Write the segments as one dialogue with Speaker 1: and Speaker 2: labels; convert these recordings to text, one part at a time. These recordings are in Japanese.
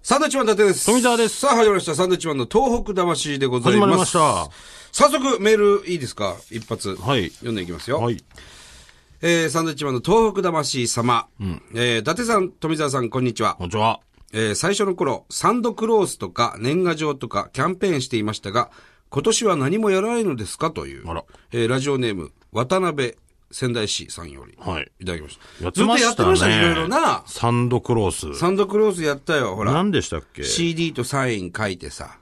Speaker 1: サンドウィッチマン伊達です。
Speaker 2: 富澤です
Speaker 1: さあ始まりました。サンドウィッチマンの東北魂でございます。
Speaker 2: 始まりました
Speaker 1: 早速メールいいですか一発。
Speaker 2: はい
Speaker 1: 読んでいきますよ。
Speaker 2: はい。
Speaker 1: えー、サンドウィッチマンの東北魂様。えー、伊達さん、富澤さん、こんにちは。
Speaker 2: こんにちは。
Speaker 1: えー最初の頃、サンドクロースとか年賀状とかキャンペーンしていましたが、今年は何もやらないのですかという
Speaker 2: あら、
Speaker 1: えーラジオネーム、渡辺仙台市さんより、
Speaker 2: はい。
Speaker 1: いただきました。
Speaker 2: やってま
Speaker 1: ずっとや
Speaker 2: し
Speaker 1: って
Speaker 2: た
Speaker 1: ま
Speaker 2: ね。
Speaker 1: したね、いろいろな。
Speaker 2: サンドクロース。
Speaker 1: サンドクロースやったよ、ほら。
Speaker 2: 何でしたっけ
Speaker 1: CD とサイン書いてさ。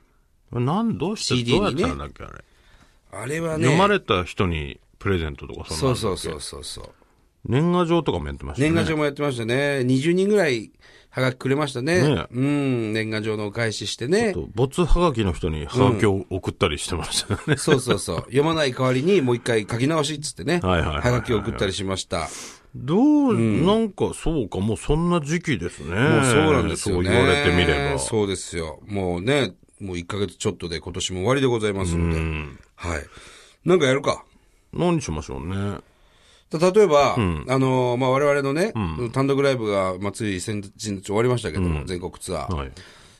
Speaker 2: なん、どうして、
Speaker 1: CD
Speaker 2: どうやっ
Speaker 1: にね
Speaker 2: たんだっけあれ。
Speaker 1: あれはね、
Speaker 2: 読まれた人にプレゼントとか、
Speaker 1: そ
Speaker 2: ん
Speaker 1: う
Speaker 2: な
Speaker 1: そうそうそうそう。
Speaker 2: 年賀状とかもやってましたね。
Speaker 1: 年賀状もやってましたね。20人ぐらい、はがきくれましたね。
Speaker 2: ね
Speaker 1: うん、年賀状のお返ししてね。
Speaker 2: と没はがきの人にはがきを送ったりしてましたね。
Speaker 1: そうそうそう。 読まない代わりにもう一回書き直しっつってね。
Speaker 2: はいはいはいはい
Speaker 1: がきを送ったりしました。
Speaker 2: どう、なんかそうか、もうそんな時期ですね。もう
Speaker 1: もうそうなんですよね。
Speaker 2: そう言われてみれば。
Speaker 1: そうですよ。もうね、もう1ヶ月ちょっとで今年も終わりでございますので。はい。なんかやるか。
Speaker 2: 何しましょうね。
Speaker 1: た例えば、あのーまあ、我々のね、単独ライブが、まあ、つい先日終わりましたけども、全国ツアー。
Speaker 2: はい。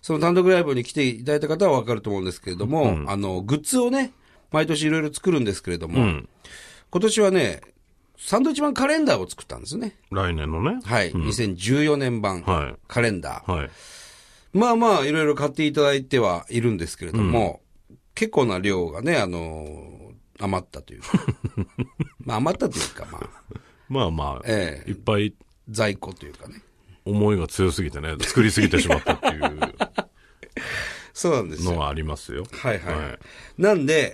Speaker 1: その単独ライブに来ていただいた方はわかると思うんですけれども、あの、グッズをね、毎年いろいろ作るんですけれども、今年はね、サンドイッチマンカレンダーを作ったんですね。
Speaker 2: 来年のね。
Speaker 1: はい。2014年版、
Speaker 2: は
Speaker 1: カレンダー。
Speaker 2: い。はい。
Speaker 1: まあまあ、いろいろ買っていただいてはいるんですけれども、結構な量がね、あのー余った というか。まあ余ったというか、まあ、
Speaker 2: まあまあ、
Speaker 1: ええ
Speaker 2: いっぱい
Speaker 1: 在庫というかね。
Speaker 2: 思いが強すぎてね、作りすぎてしまったっていう。
Speaker 1: そうなんですよ
Speaker 2: の。はありますよ。
Speaker 1: はいはいはい。
Speaker 2: はい
Speaker 1: なんで、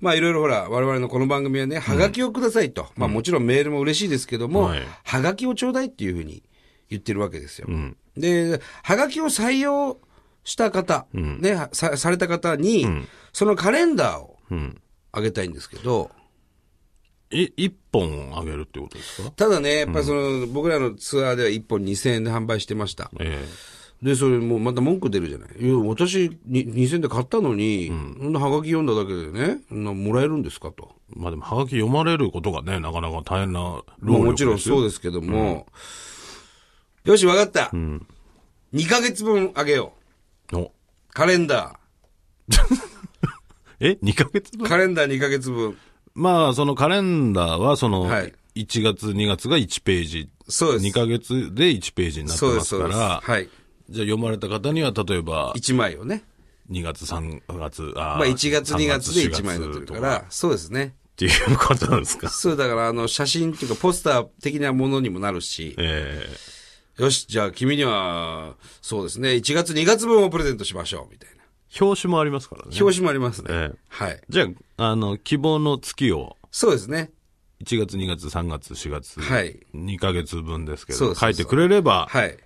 Speaker 1: まあいろいろほら、我々のこの番組はね、はがきをくださいと。まあもちろんメールも嬉しいですけども、
Speaker 2: はい
Speaker 1: はがきをちょうだいっていうふうに言ってるわけですよ。で、はがきを採用した方、ね、さ、された方に、そのカレンダーをあげたいんですけど、
Speaker 2: え、一本あげるってことですか
Speaker 1: ただね、やっぱりその、僕らのツアーでは1本2000円で販売してました。
Speaker 2: え
Speaker 1: で、それもうまた文句出るじゃない。いや、私に2000円で買ったのに、そんなはがき読んだだけでね、そんなもらえるんですかと。
Speaker 2: えまあでも、はがき読まれることがね、なかなか大変な
Speaker 1: まあ
Speaker 2: 労
Speaker 1: もち
Speaker 2: 力
Speaker 1: ろ
Speaker 2: で
Speaker 1: ん
Speaker 2: すよ。
Speaker 1: そうですけども、よし、わかった。2ヶ月分あげよ
Speaker 2: お
Speaker 1: う。カレンダ
Speaker 2: え ?2 ヶ月
Speaker 1: ー。
Speaker 2: 分
Speaker 1: カレンダー2ヶ月分。
Speaker 2: まあ、そのカレンダーは、その、
Speaker 1: はい
Speaker 2: 1月、2月が1ページ。
Speaker 1: そうです
Speaker 2: 2ヶ月で1ページになって
Speaker 1: そうで、
Speaker 2: ますす
Speaker 1: そう
Speaker 2: か
Speaker 1: です。
Speaker 2: ら、
Speaker 1: はい。
Speaker 2: じゃあ読まれた方には、例えば、
Speaker 1: 1枚をね。
Speaker 2: 2月、3月、あ
Speaker 1: まあ1月、2月で1枚に
Speaker 2: だ
Speaker 1: なってるか
Speaker 2: っ
Speaker 1: ら、そうですね。
Speaker 2: ていうことなんですか
Speaker 1: そう、だからあの、写真っていうかポスター的なものにもなるし、
Speaker 2: ええ
Speaker 1: よし、じゃあ君には、そうですね、1月、2月分をプレゼントしましょう、みたいな。
Speaker 2: 表紙もありますからね。
Speaker 1: 表紙もありますね。
Speaker 2: ええ
Speaker 1: はい。
Speaker 2: じゃあ、あの、希望の月を、
Speaker 1: そうですね。
Speaker 2: 1月、2月、3月、4月、
Speaker 1: はい
Speaker 2: 2ヶ月分ですけど、
Speaker 1: そうそうそう
Speaker 2: 書いてくれれば、
Speaker 1: はい。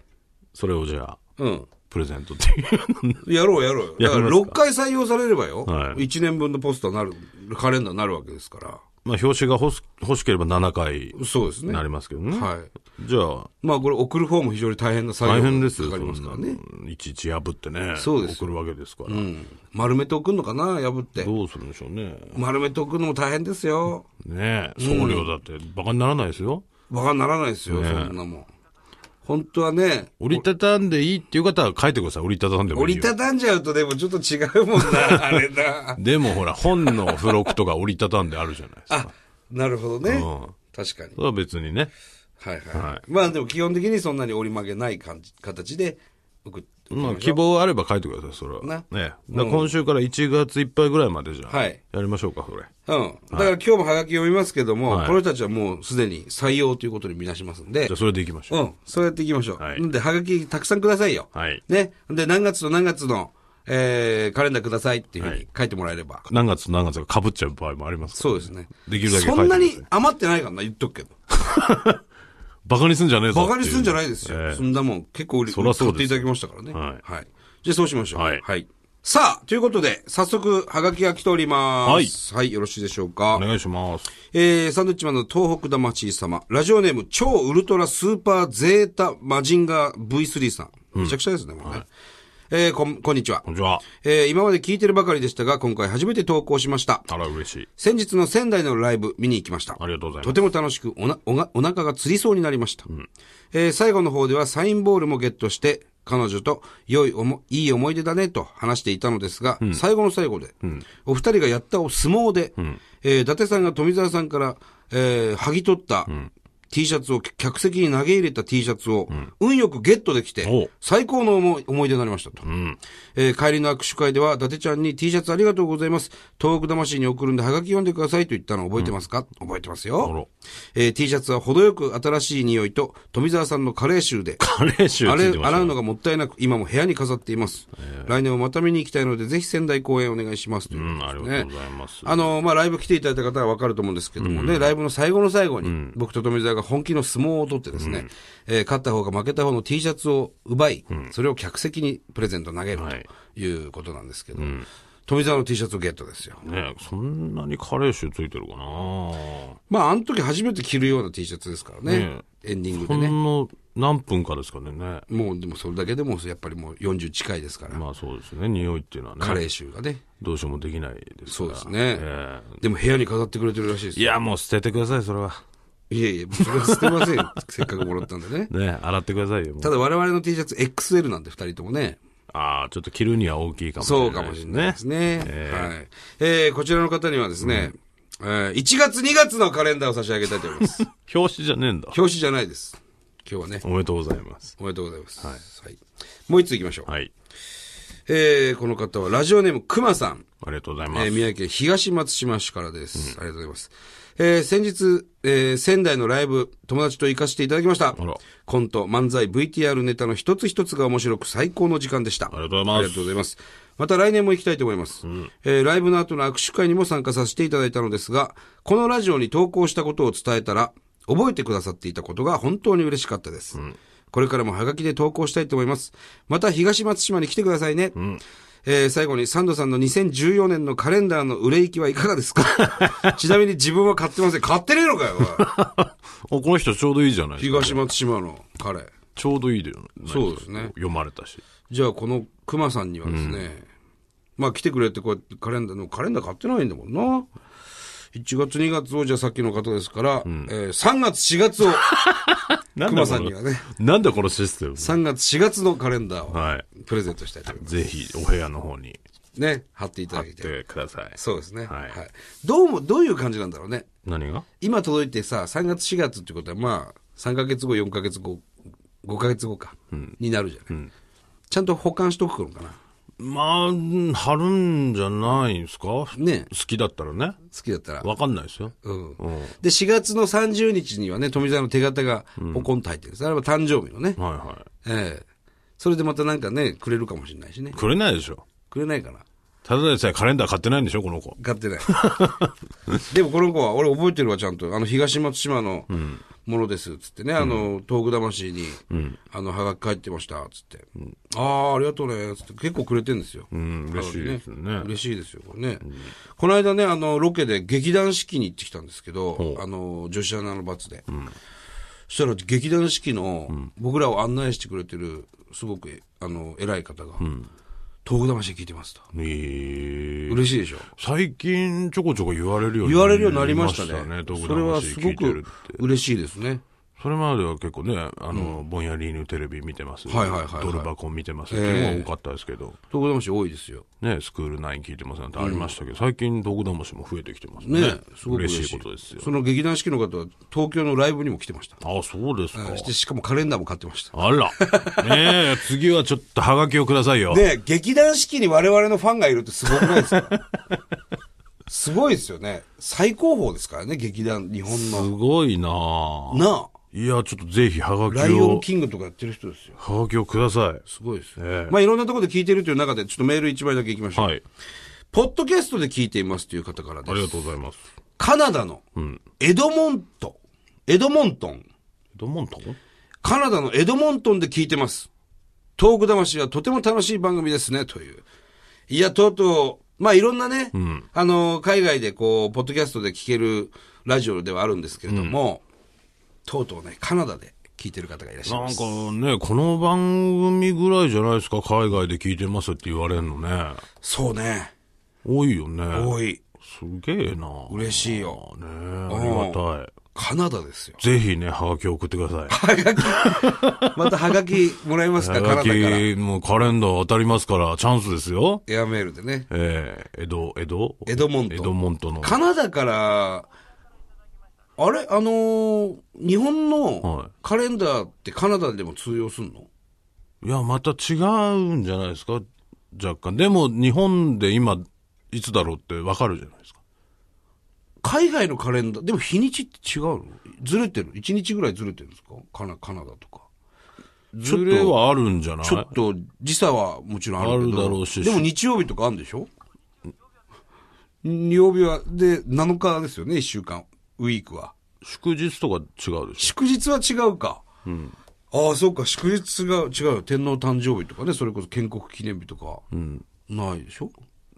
Speaker 2: それをじゃあ、
Speaker 1: うん。
Speaker 2: プレゼントっていう。
Speaker 1: やろうやろうよ。だ
Speaker 2: や
Speaker 1: か
Speaker 2: り
Speaker 1: ら
Speaker 2: ますか
Speaker 1: 6回採用されればよ、
Speaker 2: はい
Speaker 1: 1年分のポスターになる、カレンダーになるわけですから。
Speaker 2: まあ、表紙が欲し欲しければ7回
Speaker 1: そうですね。
Speaker 2: なりますけどね。
Speaker 1: はい。
Speaker 2: じゃあ、
Speaker 1: まあこれ送る方も非常に大変な作業
Speaker 2: 大変
Speaker 1: が
Speaker 2: ですよ。
Speaker 1: かかりますからね。
Speaker 2: そんないちいち破ってね、
Speaker 1: そうです
Speaker 2: 送るわけですから、
Speaker 1: うん。丸めて送るのかな、破って。
Speaker 2: どうするんでしょうね。
Speaker 1: 丸めて送るのも大変ですよ。
Speaker 2: ねえ、送料だってバカにならないですよ。
Speaker 1: バカにならないですよ、
Speaker 2: ね
Speaker 1: そんなもん。本当はね、
Speaker 2: 折りたたんでいいっていう方は書いてください。折りたたんでもいい
Speaker 1: 折
Speaker 2: よ。
Speaker 1: りたたんじゃうとでもちょっと違うもん な、あれな。
Speaker 2: でもほら、本の付録とか折りたたんであるじゃないですか。
Speaker 1: あ、なるほどね
Speaker 2: うん。
Speaker 1: 確かに
Speaker 2: そ。れは別にね。
Speaker 1: はいはい。
Speaker 2: はい
Speaker 1: まあでも基本的にそんなに折り曲げない感じ形で送って。
Speaker 2: まあ、希望あれば書いてください、それは。
Speaker 1: な
Speaker 2: ね。だから今週から1月いっぱいぐらいまでじゃあ、
Speaker 1: はい
Speaker 2: やりましょうか、それ。
Speaker 1: うん。だから今日もハガキ読みますけども、
Speaker 2: はい
Speaker 1: この人たちはもうすでに採用ということに見出しますんで
Speaker 2: じゃあ、、それでいきましょう。
Speaker 1: うん。そうやっていきましょう。
Speaker 2: はい
Speaker 1: んで、ハガキたくさんくださいよ。
Speaker 2: はい
Speaker 1: ね。で、何月と何月の、えー、カレンダーくださいっていうふうに書いてもらえれば。
Speaker 2: 何月と何月が被っちゃう場合もありますから
Speaker 1: そうですね。
Speaker 2: できるだけ書いて
Speaker 1: そんな
Speaker 2: くだ
Speaker 1: に
Speaker 2: さい
Speaker 1: 余ってないからな、言っとくけど。
Speaker 2: バカにすんじゃねえぞ
Speaker 1: バカにするんじゃないですよ。
Speaker 2: ええ
Speaker 1: そんなもん、結構売り、
Speaker 2: そりゃそう
Speaker 1: 買っ
Speaker 2: です
Speaker 1: ていただきましたからね。
Speaker 2: はい
Speaker 1: はい。じゃあそうしましょう。
Speaker 2: はい
Speaker 1: さあ、ということで、早速、ハガキが来ております。はい。よろしいでしょうか。
Speaker 2: お願いします。
Speaker 1: えー、サンドイッチマンの東北魂様、ラジオネーム超ウルトラスーパーゼータマジンガー V3 さん。めちゃくちゃですね、もうね。えー、こん、こんにちは
Speaker 2: こん。にちは。
Speaker 1: えー、今まで聞いてるばかりでしたが、今回初めて投稿しました。
Speaker 2: あら、嬉しい。
Speaker 1: 先日の仙台のライブ見に行きました。
Speaker 2: ありがとうござい
Speaker 1: と
Speaker 2: ます。
Speaker 1: ても楽しくおなおがお腹がつりそうになりました、えー最後の方ではサインボールもゲットして彼女と良いおも、いい思い出だねと話していたのですが、最後の最後で、お二人がやったお相撲で、えー伊達さんが富澤さんから、えー剥ぎ取った、T シャツを客席に投げ入れた T シャツを、運よくゲットでき
Speaker 2: お
Speaker 1: て、最高の思い思い出になりましたと。えー帰りの握手会では、伊達ちゃんに T シャツありがとうございます。東北魂に送るんで、はがき読んでくださいと言ったのを覚えてますか、覚えてます
Speaker 2: あら
Speaker 1: よ、えー T シャツは程よく新しい匂いと、富澤さんのカレー臭で、
Speaker 2: カレー臭
Speaker 1: あ
Speaker 2: つい
Speaker 1: れ
Speaker 2: てました
Speaker 1: 洗う
Speaker 2: ね
Speaker 1: のがもったいなく、今も部屋に飾っています。来年もまた見に行きたいので、ぜひ仙台公演お願いしますといううんこ
Speaker 2: あ
Speaker 1: と
Speaker 2: り
Speaker 1: ですね、
Speaker 2: がとうございます
Speaker 1: あの、まあ、ライブ来ていただいた方はわかると思うんですけどもね、ライブの最後の最後に、僕と富澤が本気の相撲を取ってですね、えー勝った方が負けた方の T シャツを奪い、それを客席にプレゼント投げる
Speaker 2: はい
Speaker 1: ということなんですけど、富澤の T シャツをゲットですよ。
Speaker 2: ねそんなにカレー臭ついてるかな
Speaker 1: まあ、あの時初めて着るような T シャツですからね
Speaker 2: ね、
Speaker 1: エンディング
Speaker 2: ほ
Speaker 1: でね。
Speaker 2: んの何分かですかねね。
Speaker 1: もう、でもそれだけでも、やっぱりもう40近いですから、
Speaker 2: まあそうですね。匂いっていうのはね。
Speaker 1: カレー臭がね。
Speaker 2: どうしようもできないです
Speaker 1: そう
Speaker 2: から。
Speaker 1: ですね。
Speaker 2: え
Speaker 1: でも部屋に飾ってくれてるらしいです
Speaker 2: えい
Speaker 1: よ。
Speaker 2: や、もう捨ててください、それは。
Speaker 1: いやいや、それは捨てませんよ。 せっかくもらったんでね。
Speaker 2: ね洗ってくださいよ。もう
Speaker 1: ただ我々の T シャツ XL なんで2人ともね。
Speaker 2: ああ、ちょっと着るには大きいかもしれな
Speaker 1: そ
Speaker 2: い、
Speaker 1: うかもしれないです。ね。
Speaker 2: ええ
Speaker 1: はい。えーこちらの方にはですね、えー1月2月のカレンダーを差し上げたいと思い ます。
Speaker 2: 表紙じゃねえんだ。
Speaker 1: 表紙じゃないです。今日はね。
Speaker 2: おめでとうございます。
Speaker 1: おめでとうございます。はい。もう一つ行きましょう。
Speaker 2: はい。
Speaker 1: えーこの方はラジオネームくまさん。
Speaker 2: ありがとうございます。
Speaker 1: えー宮城県東松島市からです。ありがとうございます。えー先日、えー仙台のライブ、友達と行かせていただきました
Speaker 2: ら。
Speaker 1: コント、漫才、VTR ネタの一つ一つが面白く最高の時間でした。あ
Speaker 2: りがとうございます
Speaker 1: ありがとうございます。また来年も行きたいと思います。えーライブの後の握手会にも参加させていただいたのですが、このラジオに投稿したことを伝えたら、覚えてくださっていたことが本当に嬉しかったです。これからもハガキで投稿したいと思います。また東松島に来てくださいね。えー最後にサンドさんの2014年のカレンダーの売れ行きはいかがですか ちなみに自分は買ってません。買ってねえのかよ、おい
Speaker 2: おこの人ちょうどいいじゃないですか。
Speaker 1: 東松島のカレー。
Speaker 2: ちょうどいいでよ、ね。
Speaker 1: そうですね
Speaker 2: 読まれたし。
Speaker 1: じゃあこの熊さんにはですね、まあ来てくれってこうやってカレンダーのカレンダー買ってないんだもんな。1月2月をじゃあさっきの方ですから、えー3月4月を、
Speaker 2: な
Speaker 1: 熊さんにはね、
Speaker 2: なんだこのシステム。
Speaker 1: 3月4月のカレンダーを
Speaker 2: はい。
Speaker 1: プレゼントしたいと思いま
Speaker 2: ぜひ、お部屋の方に
Speaker 1: す。ね、貼っていただ
Speaker 2: 行
Speaker 1: い。
Speaker 2: っててください。
Speaker 1: そうですね、は。
Speaker 2: はいい
Speaker 1: どうも、どういう感じなんだろうね。
Speaker 2: 何が
Speaker 1: 今届いてさ、3月4月ってことはまあ、3ヶ月後、4ヶ月後、5ヶ月後か、になるじゃない、ちゃんと保管しとくのかな。
Speaker 2: まあ、貼るんじゃないですか
Speaker 1: ね
Speaker 2: 好きだったらね。
Speaker 1: 好きだったら。
Speaker 2: わかんないですよ。
Speaker 1: うんで、4月の30日にはね、富澤の手形がポコンと入ってるんです。あれは誕生日のね。
Speaker 2: はいは
Speaker 1: ええそれでまたなんかね、くれるかもしれないしね
Speaker 2: い。。くれないでしょ。
Speaker 1: くれないかな。
Speaker 2: ただでさえカレンダー買ってないんでしょ、この子。
Speaker 1: 買 ってない。でもこの子は、俺覚えてるわ、ちゃんと。あの、東松島のものです、つってね。あの、東北魂に、あの、はがき帰ってました、つって。ああ、ありがとうね、つって。結構くれてるんですよ。
Speaker 2: うん、嬉しいですよね。
Speaker 1: 嬉しいですよ、これね。この間ね、あの、ロケで劇団四季に行ってきたんですけど
Speaker 2: ほ、う
Speaker 1: あの、女子アナの罰で。そしたら劇団四季の、僕らを案内してくれてる、すごく、あの、偉い方が、東北魂聞いてますと。
Speaker 2: えー
Speaker 1: 嬉しいでしょ。
Speaker 2: 最近ちょこちょこ言われるように
Speaker 1: 言われるようになりました
Speaker 2: なり
Speaker 1: ね
Speaker 2: ま。した
Speaker 1: それは
Speaker 2: 東
Speaker 1: す
Speaker 2: 北
Speaker 1: ご
Speaker 2: 魂聞いてる
Speaker 1: く
Speaker 2: って
Speaker 1: 嬉しいですね。
Speaker 2: それまでは結構ね、あの、ぼんやりニューテレビ見てます。
Speaker 1: はいはいはいはい
Speaker 2: ドル箱見てますっていうのが多かったですけど、
Speaker 1: 東北魂多いですよ。
Speaker 2: ね、スクール9聞いてますなんてありましたけど、最近、道具魂も増えてきてますね。
Speaker 1: ね、すごく
Speaker 2: 嬉しいことですよ。
Speaker 1: その劇団四季の方は、東京のライブにも来てました。
Speaker 2: あ、そうですか。
Speaker 1: でしかもカレンダーも買ってました。
Speaker 2: あ ら。ねえ、次はちょっとハガキをくださいよ。
Speaker 1: ね劇団四季に我々のファンがいるってすごくないです かすごいですよね。最高峰ですからね、劇団、日本
Speaker 2: す
Speaker 1: の。
Speaker 2: ごいなあ
Speaker 1: なあ、
Speaker 2: いや、ちょっとぜひハガ
Speaker 1: ラ
Speaker 2: キ
Speaker 1: イオ
Speaker 2: を
Speaker 1: ン、キングとかやってる人ですよ。
Speaker 2: ハガキをください。
Speaker 1: すごいですよ。
Speaker 2: ええ
Speaker 1: まあいろんなところで聞いてるという中で、ちょっとメール一枚だけいきましょう。
Speaker 2: はい。
Speaker 1: ポッドキャストで聞いていますという方からです。
Speaker 2: ありがとうございます。
Speaker 1: カナダのエドモント、エドモントン。
Speaker 2: ドモントン
Speaker 1: カナダのエドモントンで聞いてます。トーク魂はとても楽しい番組ですね、という。いや、とうとう、まあ、いろんなね、あの、海外でこう、ポッドキャストで聞けるラジオではあるんですけれども、とうとうね、カナダで聞いてる方がいらっしゃい
Speaker 2: な
Speaker 1: ま
Speaker 2: ん
Speaker 1: す。
Speaker 2: かね、この番組ぐらいじゃないですか、海外で聞いてますって言われるのね。
Speaker 1: そうね、
Speaker 2: 多いよね。
Speaker 1: 多い。
Speaker 2: すげえな。
Speaker 1: 嬉しいよ。
Speaker 2: ねえありがたい。
Speaker 1: カナダですよ。
Speaker 2: ぜひね、はがき送ってくだ さい。
Speaker 1: はがき、またはがきもらえますか、
Speaker 2: は
Speaker 1: カナ
Speaker 2: が
Speaker 1: ダから。
Speaker 2: き、もうカレンダー当たりますから、チャンスですよ。
Speaker 1: エアメールでね。
Speaker 2: えー、江戸、江戸
Speaker 1: エドモン
Speaker 2: 江
Speaker 1: ト
Speaker 2: 戸モントの。
Speaker 1: カナダから、あれあのー日本
Speaker 2: はい
Speaker 1: のカレンダーってカナダでも通用すんの、
Speaker 2: いや、また違うんじゃないですか若干。でも、日本で今、いつだろうってわかるじゃないですか。
Speaker 1: 海外のカレンダー、でも日にちって違うのずれてる ?1 日ぐらいずれてるんですかカナカナダとか。ちょっ
Speaker 2: ズ
Speaker 1: と
Speaker 2: レはあるんじゃない
Speaker 1: ちょっと時差はもちろんあるけど。
Speaker 2: あるだろうし
Speaker 1: でも日曜日とかあるんでしょ日曜日は、で、7日ですよね、1週間。ウィークは。
Speaker 2: 祝日とか違うでし
Speaker 1: 祝日は違うか。ああ、そうか、祝日が違うよ。天皇誕生日とかね、それこそ建国記念日とか。ないでしょ
Speaker 2: ょ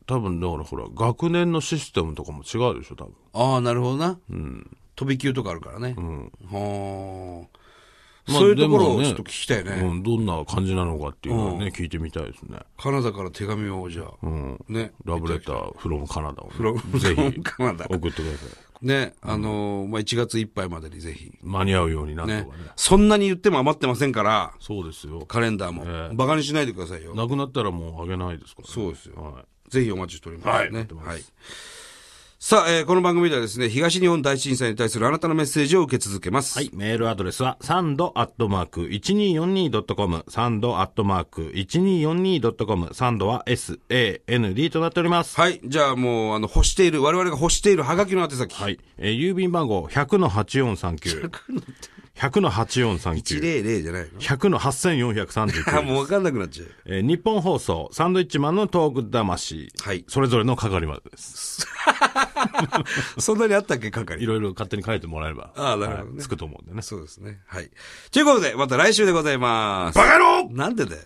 Speaker 2: 多分、だからほら、学年のシステムとかも違うでしょ多分。
Speaker 1: ああ、なるほどな。飛び級とかあるからね。はあ。
Speaker 2: まあ
Speaker 1: そういうところ
Speaker 2: でも
Speaker 1: を
Speaker 2: ね
Speaker 1: ちょっと聞きたいね。
Speaker 2: うん、どんな感じなのかっていうのはね、聞いてみたいですね。
Speaker 1: カナダから手紙をじゃあ、ね。
Speaker 2: ラブレター、フロムカナダを、ね。
Speaker 1: ロム
Speaker 2: ぜひ、
Speaker 1: カナダ
Speaker 2: 送ってください。
Speaker 1: ね、あのーまあ、1月いっぱいまでにぜひ。
Speaker 2: 間に合うようになんとか
Speaker 1: ね
Speaker 2: ね。。
Speaker 1: そんなに言っても余ってませんから、
Speaker 2: そうですよ。
Speaker 1: カレンダーも。
Speaker 2: え
Speaker 1: バカにしないでくださいよ。
Speaker 2: なくなったらもうあげないですから、ね。
Speaker 1: そうですよ
Speaker 2: はい。
Speaker 1: ぜひお待ちしております
Speaker 2: はい
Speaker 1: ね。はい。さあ、えーこの番組ではですね、東日本大震災に対するあなたのメッセージを受け続けます。
Speaker 2: はい。メールアドレスは、サンドアットマーク 1242.com、サンドアットマーク 1242.com、サンドは SAND となっております。
Speaker 1: はい。じゃあもう、あの、欲している、我々が欲しているハガキの宛先。
Speaker 2: はい。えー郵便番号100-8439。100-8439。
Speaker 1: 100じゃないのあ、
Speaker 2: 100-8439。
Speaker 1: もう分かんなくなっちゃう。
Speaker 2: えー日本放送、サンドイッチマンのトーク魂。
Speaker 1: はい
Speaker 2: それぞれの係までです。
Speaker 1: そんなにあったっけ、
Speaker 2: い
Speaker 1: 係。
Speaker 2: ろいろ勝手に書いてもらえば。
Speaker 1: ああなるほどね
Speaker 2: はいつくと思うんでね。
Speaker 1: そうですね。はい。ということで、また来週でございます。
Speaker 2: 野郎
Speaker 1: なんでだよ。